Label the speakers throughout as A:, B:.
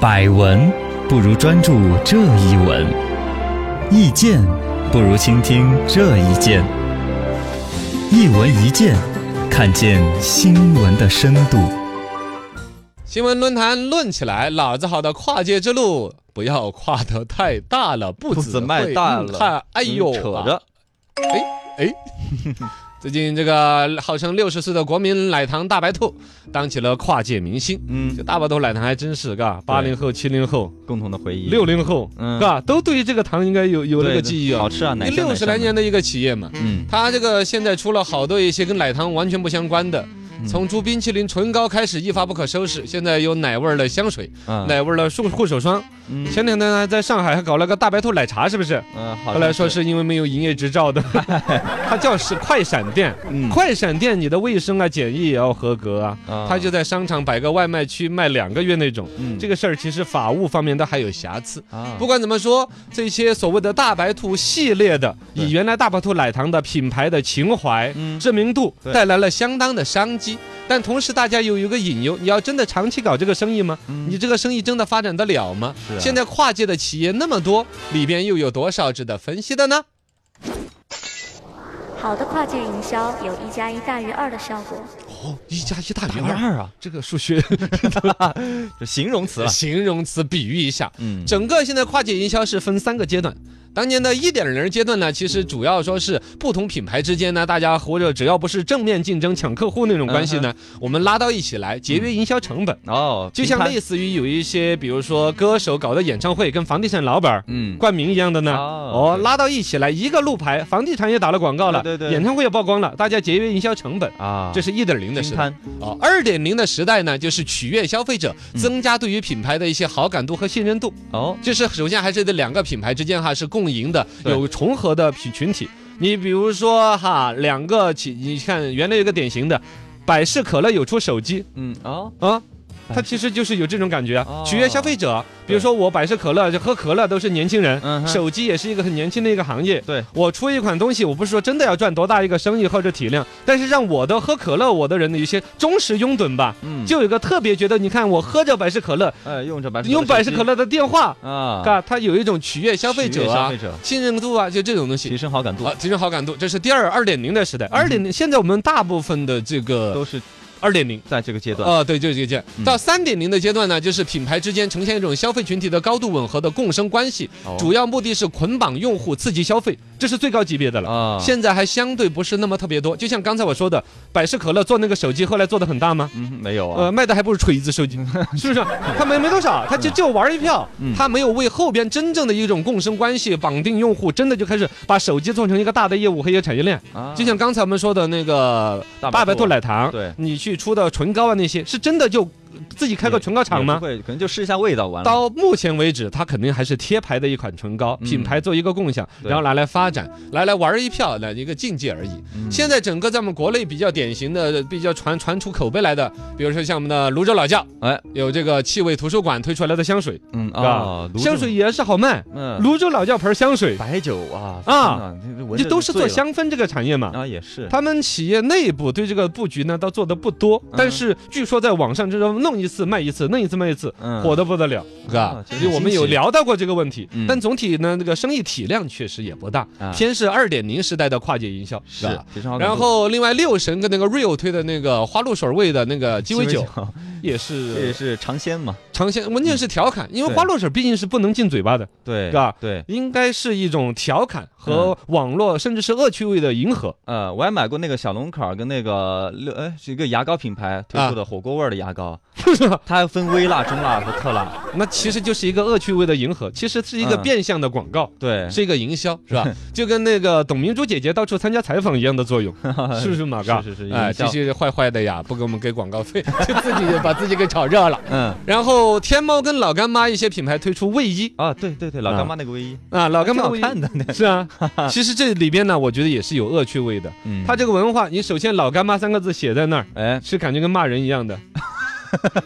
A: 百闻不如专注这一闻，意见不如倾听这一见。一闻一见，看见新闻的深度。
B: 新闻论坛论起来，老字号的跨界之路，不要跨得太大了，步
C: 步
B: 子
C: 子迈大
B: 会
C: 了
B: 太哎呦，
C: 扯
B: 啊
C: 着，
B: 哎哎，最近这个号称六十岁的国民奶糖大白兔当起了跨界明星。
C: 嗯
B: 这，大白兔奶糖还真是，嘎，八零后、七零后、
C: 共同的回忆。
B: 六零后，
C: 嗯
B: 嘎，都对于这个糖应该有有那
C: 对
B: 个记忆啊
C: 好。吃啊，奶
B: 你
C: 香
B: 六十来，年的一个企业嘛，
C: 奶香嗯，
B: 它这个现在出了好多一些跟奶糖完全不相关的，
C: 嗯
B: 从出冰淇淋唇膏开始一发不可收拾，现在有奶味儿的香水，
C: 嗯，
B: 奶味儿的护护手霜。
C: 嗯，
B: 前两天还在上海还搞了个大白兔奶茶，是不是？
C: 嗯，好。
B: 后来说，是因为没有营业执 照的，它叫是快闪店，
C: 嗯，
B: 快闪店你的卫生啊、检疫也要合格啊。
C: 啊
B: 他就在商场摆个外卖区卖两个月那种，
C: 嗯
B: 这个事儿其实法务方面它还有瑕疵。
C: 啊，
B: 不管怎么说，这些所谓的大白兔系列的，
C: 对
B: 以原来大白兔奶糖的品牌的情怀、
C: 嗯
B: 知名度，
C: 对
B: 带来了相当的商机。但同时，大家有一个隐忧：你要真的长期搞这个生意吗？
C: 嗯
B: 你这个生意真的发展得了吗？
C: 是啊
B: 现在跨界的企业那么多，里边又有多少值得分析的呢？
D: 好的跨界营销有一加一大于二的效果。
B: 哦，一加一大
C: 大
B: 于
C: 于
B: 二，
C: 二啊，
B: 这个数学
C: 这形 容词了。啊
B: 形容词比喻一下，
C: 嗯，
B: 整个现在跨界营销是分三个阶段。当年的一点零阶段呢，其实主要说是不同品牌之间呢，大家活着只要不是正面竞争抢客户那种关系呢，我们拉到一起来，节约营销成本。
C: 嗯哦，
B: 就像
C: 平摊
B: 类似于有一些，比如说歌手搞的演唱会，跟房地产老板儿
C: 嗯，
B: 冠名一样的呢。
C: 哦
B: 哦，拉到一起来，一个路牌，房地产也打了广告了，
C: 啊对对
B: 演唱会也曝光了，大家节约营销成本。
C: 啊，
B: 这是一点零的
C: 平
B: 时代
C: 摊，
B: 哦，二点零的时代呢，就是取悦消费者，
C: 嗯
B: 增加对于品牌的一些好感度和信任度。
C: 哦，
B: 就是首先还是这两个品牌之间哈是共赢的，
C: 对
B: 有重合的群群体。你比如说哈，两个企，你看原来有个典型的。百事可乐有出手机
C: 嗯，哦，
B: 啊，它
C: 百事
B: 其实就是有这种感觉啊
C: 哦，
B: 取悦消费者。比如说我百事可乐就喝可乐都是年轻人，
C: 嗯哼
B: 手机也是一个很年轻的一个行业。
C: 对，
B: 我出一款东西，我不是说真的要赚多大一个生意或者体量，但是让我的喝可乐我的人的一些忠实拥趸吧，
C: 嗯，
B: 就有一个特别觉得，你看我喝着百事可乐，
C: 呃，用着百事
B: 用百事可
C: 乐
B: 乐的电话，
C: 啊，
B: 嘎，它有一种取悦消费
C: 取悦
B: 者
C: 消
B: 啊
C: 费、者
B: 信任度啊，就这种东
C: 提
B: 西
C: 升好感度
B: 啊，提升好感度，这是第二二点零的时代。
C: 嗯
B: 二点零，现在我们大部分的这个
C: 都是
B: 二点零。
C: 在这个阶段。
B: 哦，对，就是这个阶段。
C: 嗯
B: 到三点零的阶段呢，就是品牌之间呈现一种消费群体的高度吻合的共生关系，
C: 哦
B: 主要目的是捆绑用户、刺激消费，这是最高级别的了。
C: 啊，
B: 现在还相对不是那么特别多，就像刚才我说的，百事可乐做那个手机，后来做的很大吗？
C: 嗯，没有
B: 呃，
C: 啊，
B: 卖的还不如锤子手机， 是不是？他没没多少，他就就玩一票
C: 嗯，
B: 他没有为后边真正的一种共生关系绑定用户，真的就开始把手机做成一个大的业务和一个产业链。
C: 啊
B: 呃就像刚才我们说的那个
C: 大
B: 八百度
C: 兔
B: 奶糖，
C: 对
B: 你去出的唇膏啊那些，是真的就自己开个唇膏厂
C: 也
B: 吗
C: 不？会，可能就试一下味道完了。
B: 到目前为止，它肯定还是贴牌的一款唇膏，
C: 嗯
B: 品牌做一个共享，
C: 对
B: 然后拿来发展，拿来玩一票的一个境界而已。
C: 嗯
B: 现在整个在我们国内比较典型的、比较传传出口碑来的，比如说像我们的泸州老窖，
C: 哎，
B: 有这个气味图书馆推出来的香水，
C: 嗯
B: 是吧
C: 啊，泸州
B: 香水也是好卖，
C: 嗯
B: 泸州老窖牌香水，
C: 白酒啊
B: 啊，
C: 天哪
B: 这都是做
C: 香
B: 香氛这个产业嘛。
C: 啊，也是
B: 他们企业内部对这个布局呢，倒做的不多，
C: 嗯
B: 但是据说在网上这种弄一次卖一次，弄一次卖一次，
C: 嗯
B: 火的不得了，是吧
C: 啊？
B: 所
C: 真
B: 以
C: 是
B: 我们有
C: 新奇
B: 聊到过这个问题
C: 嗯，
B: 但总体呢，这个生意体量确实也不大
C: 啊，
B: 偏是二点零时代的跨界营销，
C: 是
B: 吧？
C: 提升好感度
B: 然后另外六神跟那个 Real 推的那个花露水味的那个鸡尾酒，也
C: 这也
B: 是
C: 是尝鲜嘛，
B: 尝鲜，文件是调侃，因为花露水毕竟是不能进嘴巴的，
C: 对，
B: 是吧
C: 对，
B: 应该是一种调侃和网络甚至是恶趣味的迎合。
C: 呃，我还买过那个小龙坎儿跟那个六，哎，是一个牙膏品牌推出
B: 啊
C: 的火锅味儿的牙 膏，它还分微辣、中辣和特辣，
B: 那其实就是一个恶趣味的迎合，其实是一个
C: 嗯
B: 变相的广告。
C: 对，
B: 是一个营销，是 吧？就跟那个董明珠姐姐到处参加采访一样的作用， 是不是马哥？
C: 是是是
B: 哎，
C: 营销
B: 这些坏坏的呀，不给我们给广告费， 就自己把自己给炒热了。
C: 嗯，
B: 然后天猫跟老干妈一些品牌推出卫衣
C: 啊，对对对，老干妈那个卫衣，
B: 啊，老干
C: 挺
B: 妈
C: 好
B: 卫衣
C: 看的 那，
B: 是啊，其实这里边呢，我觉得也是有恶趣味的。
C: 嗯
B: 它这个文化，你首先“老干妈”三个字写在那儿，
C: 哎，
B: 是感觉跟骂人一样的。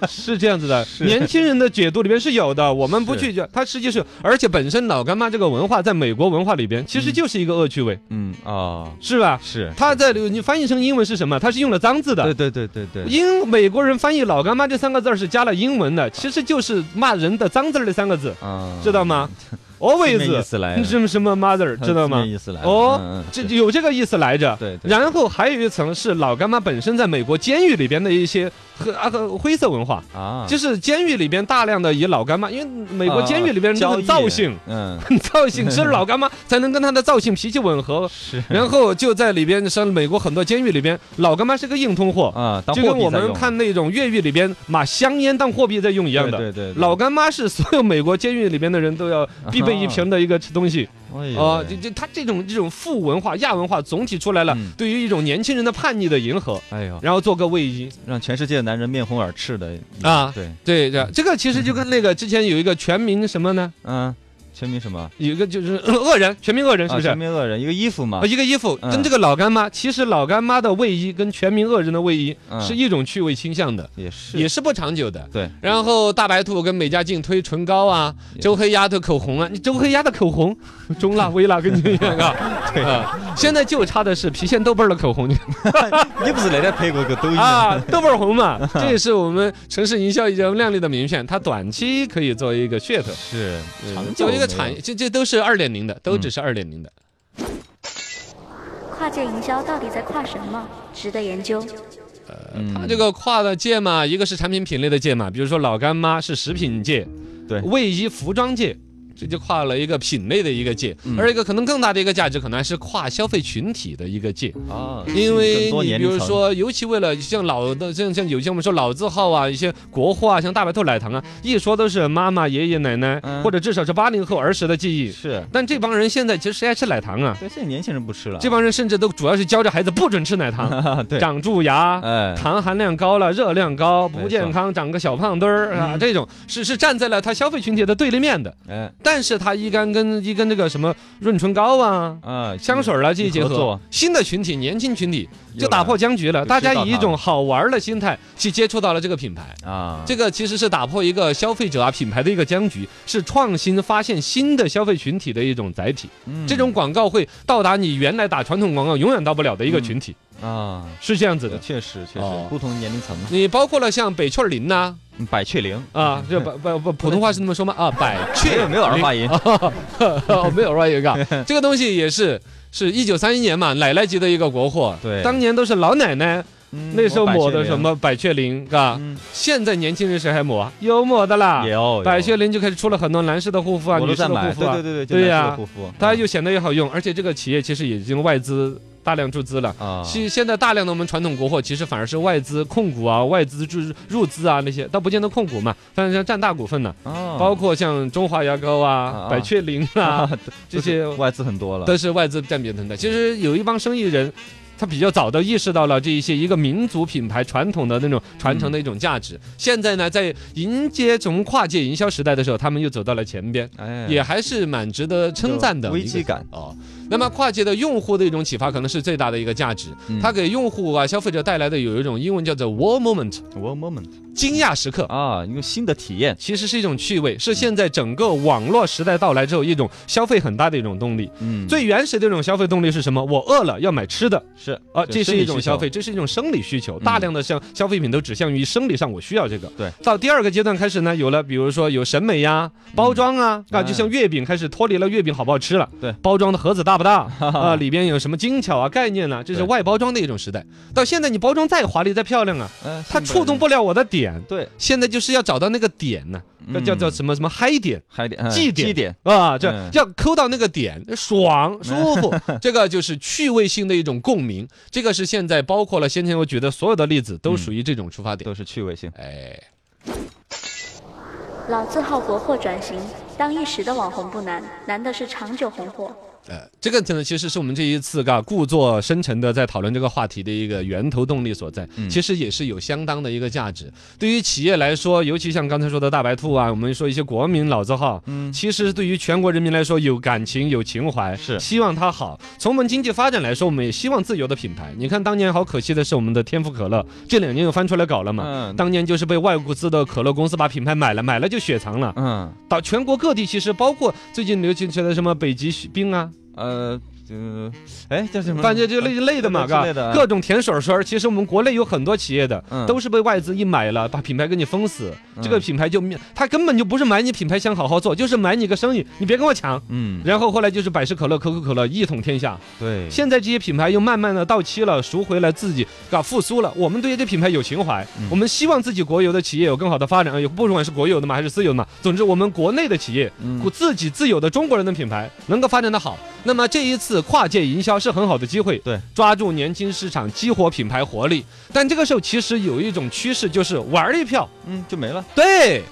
B: 是这样子的，
C: 是
B: 年轻人的解读里边是有的，我们不
C: 是
B: 去就，它实际是，而且本身老干妈这个文化在美国文化里边其实就是一个恶趣味，
C: 嗯啊，
B: 是吧？
C: 是，
B: 它在你翻译成英文是什么？它是用了脏字
C: 对
B: 的。
C: 对对对对，
B: 英美国人翻译“老干妈”这三个字儿是加了英文的，其实就是骂人的脏字儿的三个字，
C: 啊，
B: 知道吗
C: 字面意
B: ？Always
C: 思哎来，
B: 什么什么 mother，知道
C: 字
B: 吗
C: 面？意思来，
B: 哦
C: 嗯，
B: 这
C: 嗯
B: 有这个意思来着。
C: 对，对
B: 然后还有一层是老干妈本身在美国监狱里边的一些和啊和灰色文化，
C: 啊，
B: 就是监狱里边大量的以老干妈，因为美国
C: 啊
B: 监狱里边人都
C: 交
B: 很
C: 易
B: 造性，
C: 嗯，
B: 很 造性，吃老干妈才能跟他的造性脾气吻合。
C: 是
B: 然后就在里边，像美国很多监狱里边，老干妈是个硬通货，
C: 啊，
B: 哦
C: 当
B: 就
C: 货
B: 跟
C: 币
B: 我
C: 在
B: 们
C: 用
B: 看那种越狱里边把香烟当货币在用一样的。
C: 对对对，
B: 老干妈是所有美国监狱里边的人都要必备一瓶的一个东西
C: 啊
B: 啊！这，这，它这种这种富文化、亚文化总体出来了
C: 嗯，
B: 对于一种年轻人的叛逆的迎合，
C: 哎呦，
B: 然后做个卫衣
C: 让全世界的男人面红耳赤的
B: 啊！
C: 对，
B: 对对，这个其实就跟那个之前有一个全民什么呢？
C: 嗯，全民什么？
B: 有一个就是 呃恶人，全民恶人是
C: 啊，
B: 不是
C: 全？民恶人一个衣服嘛
B: 啊，，一个衣服
C: 嗯
B: 跟这个老干妈，其实老干妈的卫衣跟全民恶人的卫衣
C: 嗯
B: 是一种趣味倾向的，
C: 也是
B: 也是不长久的。
C: 对，
B: 然后大白兔跟美加净推唇膏啊，
C: 也
B: 周黑鸭的口红啊，你周黑鸭的口红，中辣微辣跟你一样啊。 对啊，现在就差的是郫县豆瓣儿的口红
C: 你不是那天拍过个抖音
B: 啊， 豆瓣儿红 嘛，这也是我们城市营销一张亮丽的名片，它短期可以做一个噱头，嗯
C: 是长久
B: 做一个
C: 没有嗯
B: 产业，这这都是二点零的，都只是二点零的。
D: 跨界营销到底在跨什么？值得研究。
C: 嗯
B: 它这个跨的界嘛，一个是产品品类的界嘛，比如说老干妈是食品界，
C: 对
B: 卫衣服装界。这就跨了一个品类的一个界，
C: 嗯
B: 而一个可能更大的一个价值，可能还是跨消费群体的一个界。
C: 啊，
B: 因为
C: 更多
B: 你
C: 年
B: 比
C: 龄
B: 如
C: 层
B: 说，尤其为了像老的，像像有些我们说老字号啊，一些国货啊，像大白兔奶糖啊，一说都是妈妈、爷爷、奶奶，
C: 嗯
B: 或者至少是八零后儿时的记忆。
C: 是，
B: 但这帮人现在其实谁还吃奶糖啊？
C: 对，现在年轻人不吃了，
B: 这帮人甚至都主要是教着孩子不准吃奶糖，
C: 啊 对，
B: 长蛀牙。
C: 哎，
B: 糖含量高了，热量高，不
C: 没
B: 健
C: 错嗯
B: 康，长个小胖墩儿啊，这种是是站在了他消费群体的对立面的，
C: 哎
B: 但是他一干跟一跟这个什么润唇膏啊、
C: 啊，
B: 香水儿啦这些结
C: 合
B: 合
C: 作，
B: 新的群体，年轻群体
C: 又
B: 就打
C: 来
B: 破僵局了。
C: 就
B: 大家
C: 知道
B: 以一
C: 它
B: 种
C: 了
B: 好玩儿的心态去接触到了这个品牌，
C: 啊，
B: 这个其实是打破一个消费者啊品牌的一个僵局，是创新发现新的消费群体的一种载体。
C: 嗯
B: 这种广告会到达你原来打传统广告永远到不了的一个
C: 嗯
B: 群体，
C: 啊，
B: 是这样子的。
C: 确实确
B: 哦
C: 实不同年龄层，
B: 你包括了像北雀林呐
C: 嗯百雀羚
B: 啊，这不不不，普通话是那么说吗？啊，百
C: 没
B: 雀 啊
C: 有没有儿化音，
B: 哦，没有 r y 个，这个东西也是是一九三一年嘛，奶奶级的一个国货。
C: 对
B: 当年都是老奶奶
C: 嗯
B: 那时候抹的什？
C: 百雀羚
B: 么百雀羚，嘎，
C: 嗯
B: 现在年轻人谁还抹啊？有抹的啦，
C: 有
B: 百雀
C: 羚
B: 羚就开始出了很多男士的护肤啊，
C: 我
B: 女
C: 都
B: 士
C: 在
B: 的护
C: 买，
B: 肤
C: 对
B: 啊
C: 对，对
B: 对
C: 对，就男士
B: 呀
C: 的护肤，
B: 它又显得又好用，而且这个企业其实已经外资大量注资了。
C: 啊，
B: 其实现在大量的我们传统国货，其实反而是外资控股啊、外资注入资啊那些，倒不见得控股嘛，但是像占大股份呢、包
C: 包
B: 括像中华牙膏啊、
C: 嗯啊
B: 百雀羚 啊，这些
C: 外资很多了，
B: 都是外资占比很大。其实有一帮生意人，他比较早的意识到了这一些一个民族品牌传统的那
C: 嗯
B: 种传承的一种价值。现在呢，在迎接从跨界营销时代的时候，他们又走到了前边。
C: 哎
B: 也还是蛮值得称赞的
C: 有
B: 一个
C: 危机感
B: 哦。那么跨界的用户的一种启发，可能是最大的一个价值。
C: 嗯
B: 它给用户啊、消费者带来的有一种英文叫做 “wow moment”
C: One moment
B: 惊讶时刻。
C: 啊，一个新的体验，
B: 其实是一种趣味，是现在整个网络时代到来之后一种消费很大的一种动力。
C: 嗯，
B: 最原始的一种消费动力是什么？我饿了要买吃的
C: 是
B: 啊，
C: 就
B: 这是
C: 生理
B: 一种
C: 需
B: 消
C: 求
B: 费，这是一种生理需求。大
C: 嗯
B: 量的像消费品都指向于生理上，我需要这个。
C: 对，
B: 到第二个阶段开始呢，有了比如说有审美呀、包装啊，啊，
C: 嗯
B: 就像月饼开始脱离了月饼好不好吃了，
C: 对，
B: 包装的盒子大不 大啊，里边有什么精巧啊、概念呢、这是
C: 对
B: 外包装的一种时代。到现在你包装再华丽再漂亮啊，
C: 哎
B: 它触动不了我的点。
C: 对，
B: 现在就是要找到那个点呢、
C: 嗯
B: 叫叫什么什么嗨点。
C: 还得嗯
B: 祭典
C: 祭典，
B: 啊，这
C: 嗯
B: 要抠到那个点，爽舒服，这个就是趣味性的一种共鸣。这个是现在包括了先前我举的所有的例子，都
C: 嗯
B: 属于这种出发点。
C: 都是趣味性，
B: 哎，
D: 老字号国货转型，当一时的网红不难，难的是长久红火。
B: 呃，这个呢，其实是我们这一次嘎故作深沉的在讨论这个话题的一个源头动力所在，
C: 嗯
B: 其实也是有相当的一个价值。对于企业来说，尤其像刚才说的大白兔啊，我们说一些国民老字号，
C: 嗯
B: 其实对于全国人民来说有感情、有情怀，
C: 是
B: 希望它好。从我们经济发展来说，我们也希望自由的品牌。你看当年好可惜的是我们的天府可乐，这两年又翻出来搞了嘛。
C: 嗯
B: 当年就是被外国资的可乐公司把品牌买了，买了就雪藏了。
C: 嗯
B: 到全国各地，其实包括最近流行起来的什么北极冰啊，
C: 呃呃，哎叫什么？
B: 反正就类类的嘛，
C: 呃之
B: 嘎
C: 类的，
B: 各种甜水水儿。其实我们国内有很多企业的
C: 嗯，
B: 都是被外资一买了，把品牌给你封死，
C: 嗯
B: 这个品牌就灭，他根本就不是买你品牌想好好做，就是买你个生意，你别跟我抢。
C: 嗯
B: 然后后来就是百事可乐、可口可乐一统天下，
C: 对，
B: 现在这些品牌又慢慢的到期了，赎回来自己，嘎复苏了。我们对这品牌有情怀，
C: 嗯
B: 我们希望自己国有的企业有更好的发展，有不管是国有的嘛还是私有的嘛，总之我们国内的企业，
C: 嗯
B: 国自己自有的中国人的品牌能够发展的好。那么这一次跨界营销是很好的机会，
C: 对，
B: 抓住年轻市场，激活品牌活力。但这个时候其实有一种趋势，就是玩儿一票，
C: 嗯就没了。
B: 对。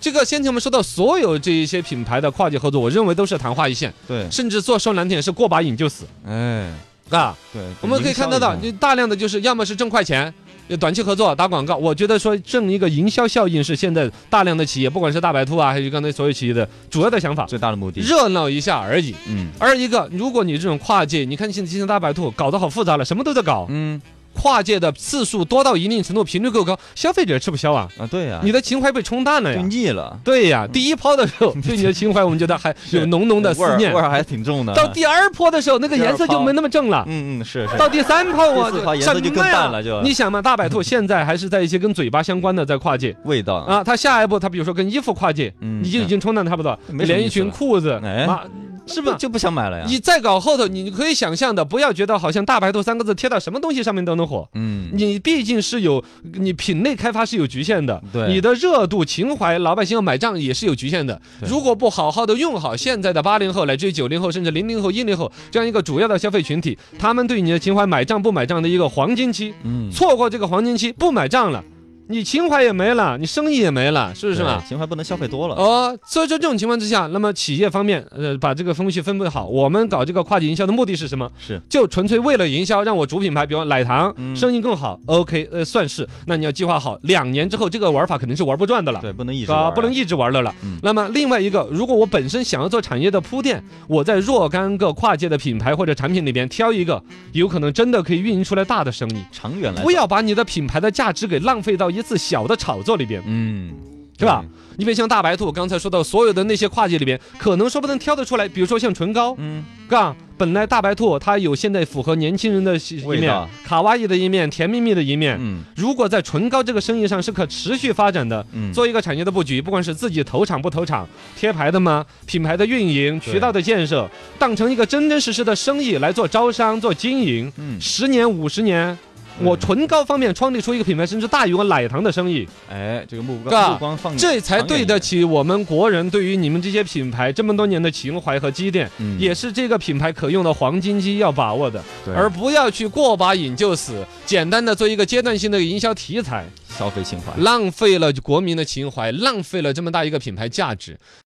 B: 这个先前我们说到所有这一些品牌的跨界合作，我认为都是昙花一现，
C: 对，
B: 甚至做说难听也是过把瘾就死
C: 哎，
B: 啊。
C: 对，
B: 我们可以看得到，
C: 营销一
B: 就大量的就是要么是挣快钱。就短期合作打广告，我觉得说挣一个营销效应是现在大量的企业，不管是大白兔啊，还是刚才所有企业的主要的想法
C: 下，最大的目的，
B: 热闹一下而已。
C: 嗯
B: 而一个，如果你这种跨界，你看现在今天大白兔搞得好复杂了，什么都在搞，
C: 嗯
B: 跨界的次数多到一定程度，频率够高，消费者吃不消啊，
C: 啊，对呀，
B: 你的情怀被冲淡了
C: 就
B: 呀。
C: 腻了，
B: 对呀，第一泡的时候，对你的情怀，我们觉得还有浓浓的
C: 味
B: 思
C: 儿
B: 念
C: 味；儿还挺重的。
B: 到第二波的时候，那个颜色就没那么正了。
C: 嗯嗯是 是，
B: 到第三泡我
C: 第四泡颜色就更淡了就嗯
B: 你想嘛，大白兔现在还是在一些跟嘴巴相关的在跨界
C: 味道，
B: 啊，它下一步它比如说跟衣服跨界，
C: 嗯
B: 你就已经冲淡得差不多了，
C: 没什么
B: 连
C: 意
B: 衣
C: 思了
B: 裙、裤子
C: 哎
B: 啊，是
C: 是不
B: 吧？
C: 就不想买了呀？
B: 你再搞后头，你你可以想象的，不要觉得好像大白兔三个字贴到什么东西上面都能火。
C: 嗯
B: 你毕竟是有，你品类开发是有局限的，
C: 对
B: 你的热度、情怀，老百姓要买账也是有局限的。
C: 对
B: 如果不好好的用好现在的八零后，乃至于九零后，甚至零零后、一零后这样一个主要的消费群体，他们对你的情怀买账不买账的一个黄金期，
C: 嗯，
B: 错过这个黄金期不买账了，你情怀也没了，你生意也没了，是不是嘛
C: 对？情怀不能消费多了。
B: 哦，所以说这种情况之下，那么企业方面，呃，把这个风气分配好，我们搞这个跨界营销的目的是什么？
C: 是
B: 就纯粹为了营销，让我主品牌，比如奶糖、
C: 嗯
B: 生意更好，OK，呃，算是。那你要计划好，两年之后这个玩法肯定是玩不转的了。
C: 对，不能一直玩
B: 啊，
C: 儿
B: 不能一直玩了了。
C: 嗯
B: 那么另外一个，如果我本身想要做产业的铺垫，我在若干个跨界的品牌或者产品里边挑一个，有可能真的可以运营出来大的生意。
C: 长嗯远来
B: 不，要把你的品牌的价值给浪费到一次小的炒作里边。
C: 嗯，
B: 是吧？你比如像大白兔，刚才说到所有的那些跨界里边，可能说不定挑得出来，比如说像唇膏
C: 对？，嗯，
B: 嘎，本来大白兔它有现在符合年轻人的喜一
C: 味
B: 面
C: 道，
B: 卡哇伊的一面，甜蜜蜜的一面。
C: 嗯
B: 如果在唇膏这个生意上是可持续发展的，
C: 嗯，
B: 做一个产业的布局，不管是自己投产不投产，贴牌的吗？品牌的运营、
C: 对
B: 渠道的建设，当成一个真真实实的生意来做招商、做经营，
C: 嗯，
B: 十年、五十年。
C: 对
B: 我唇膏方面创立出一个品牌，甚至大于我奶糖的生意，
C: 哎，这个目
B: 嘎
C: 光目光放，
B: 这才对得起我们国人对于你们这些品牌这么多年的情怀和积淀，
C: 嗯
B: 也是这个品牌可用的黄金期要把握的，
C: 对
B: 而不要去过把瘾就死，简单的做一个阶段性的营销题材，
C: 消费情怀。
B: 浪费了国民的情怀，浪费了这么大一个品牌价值。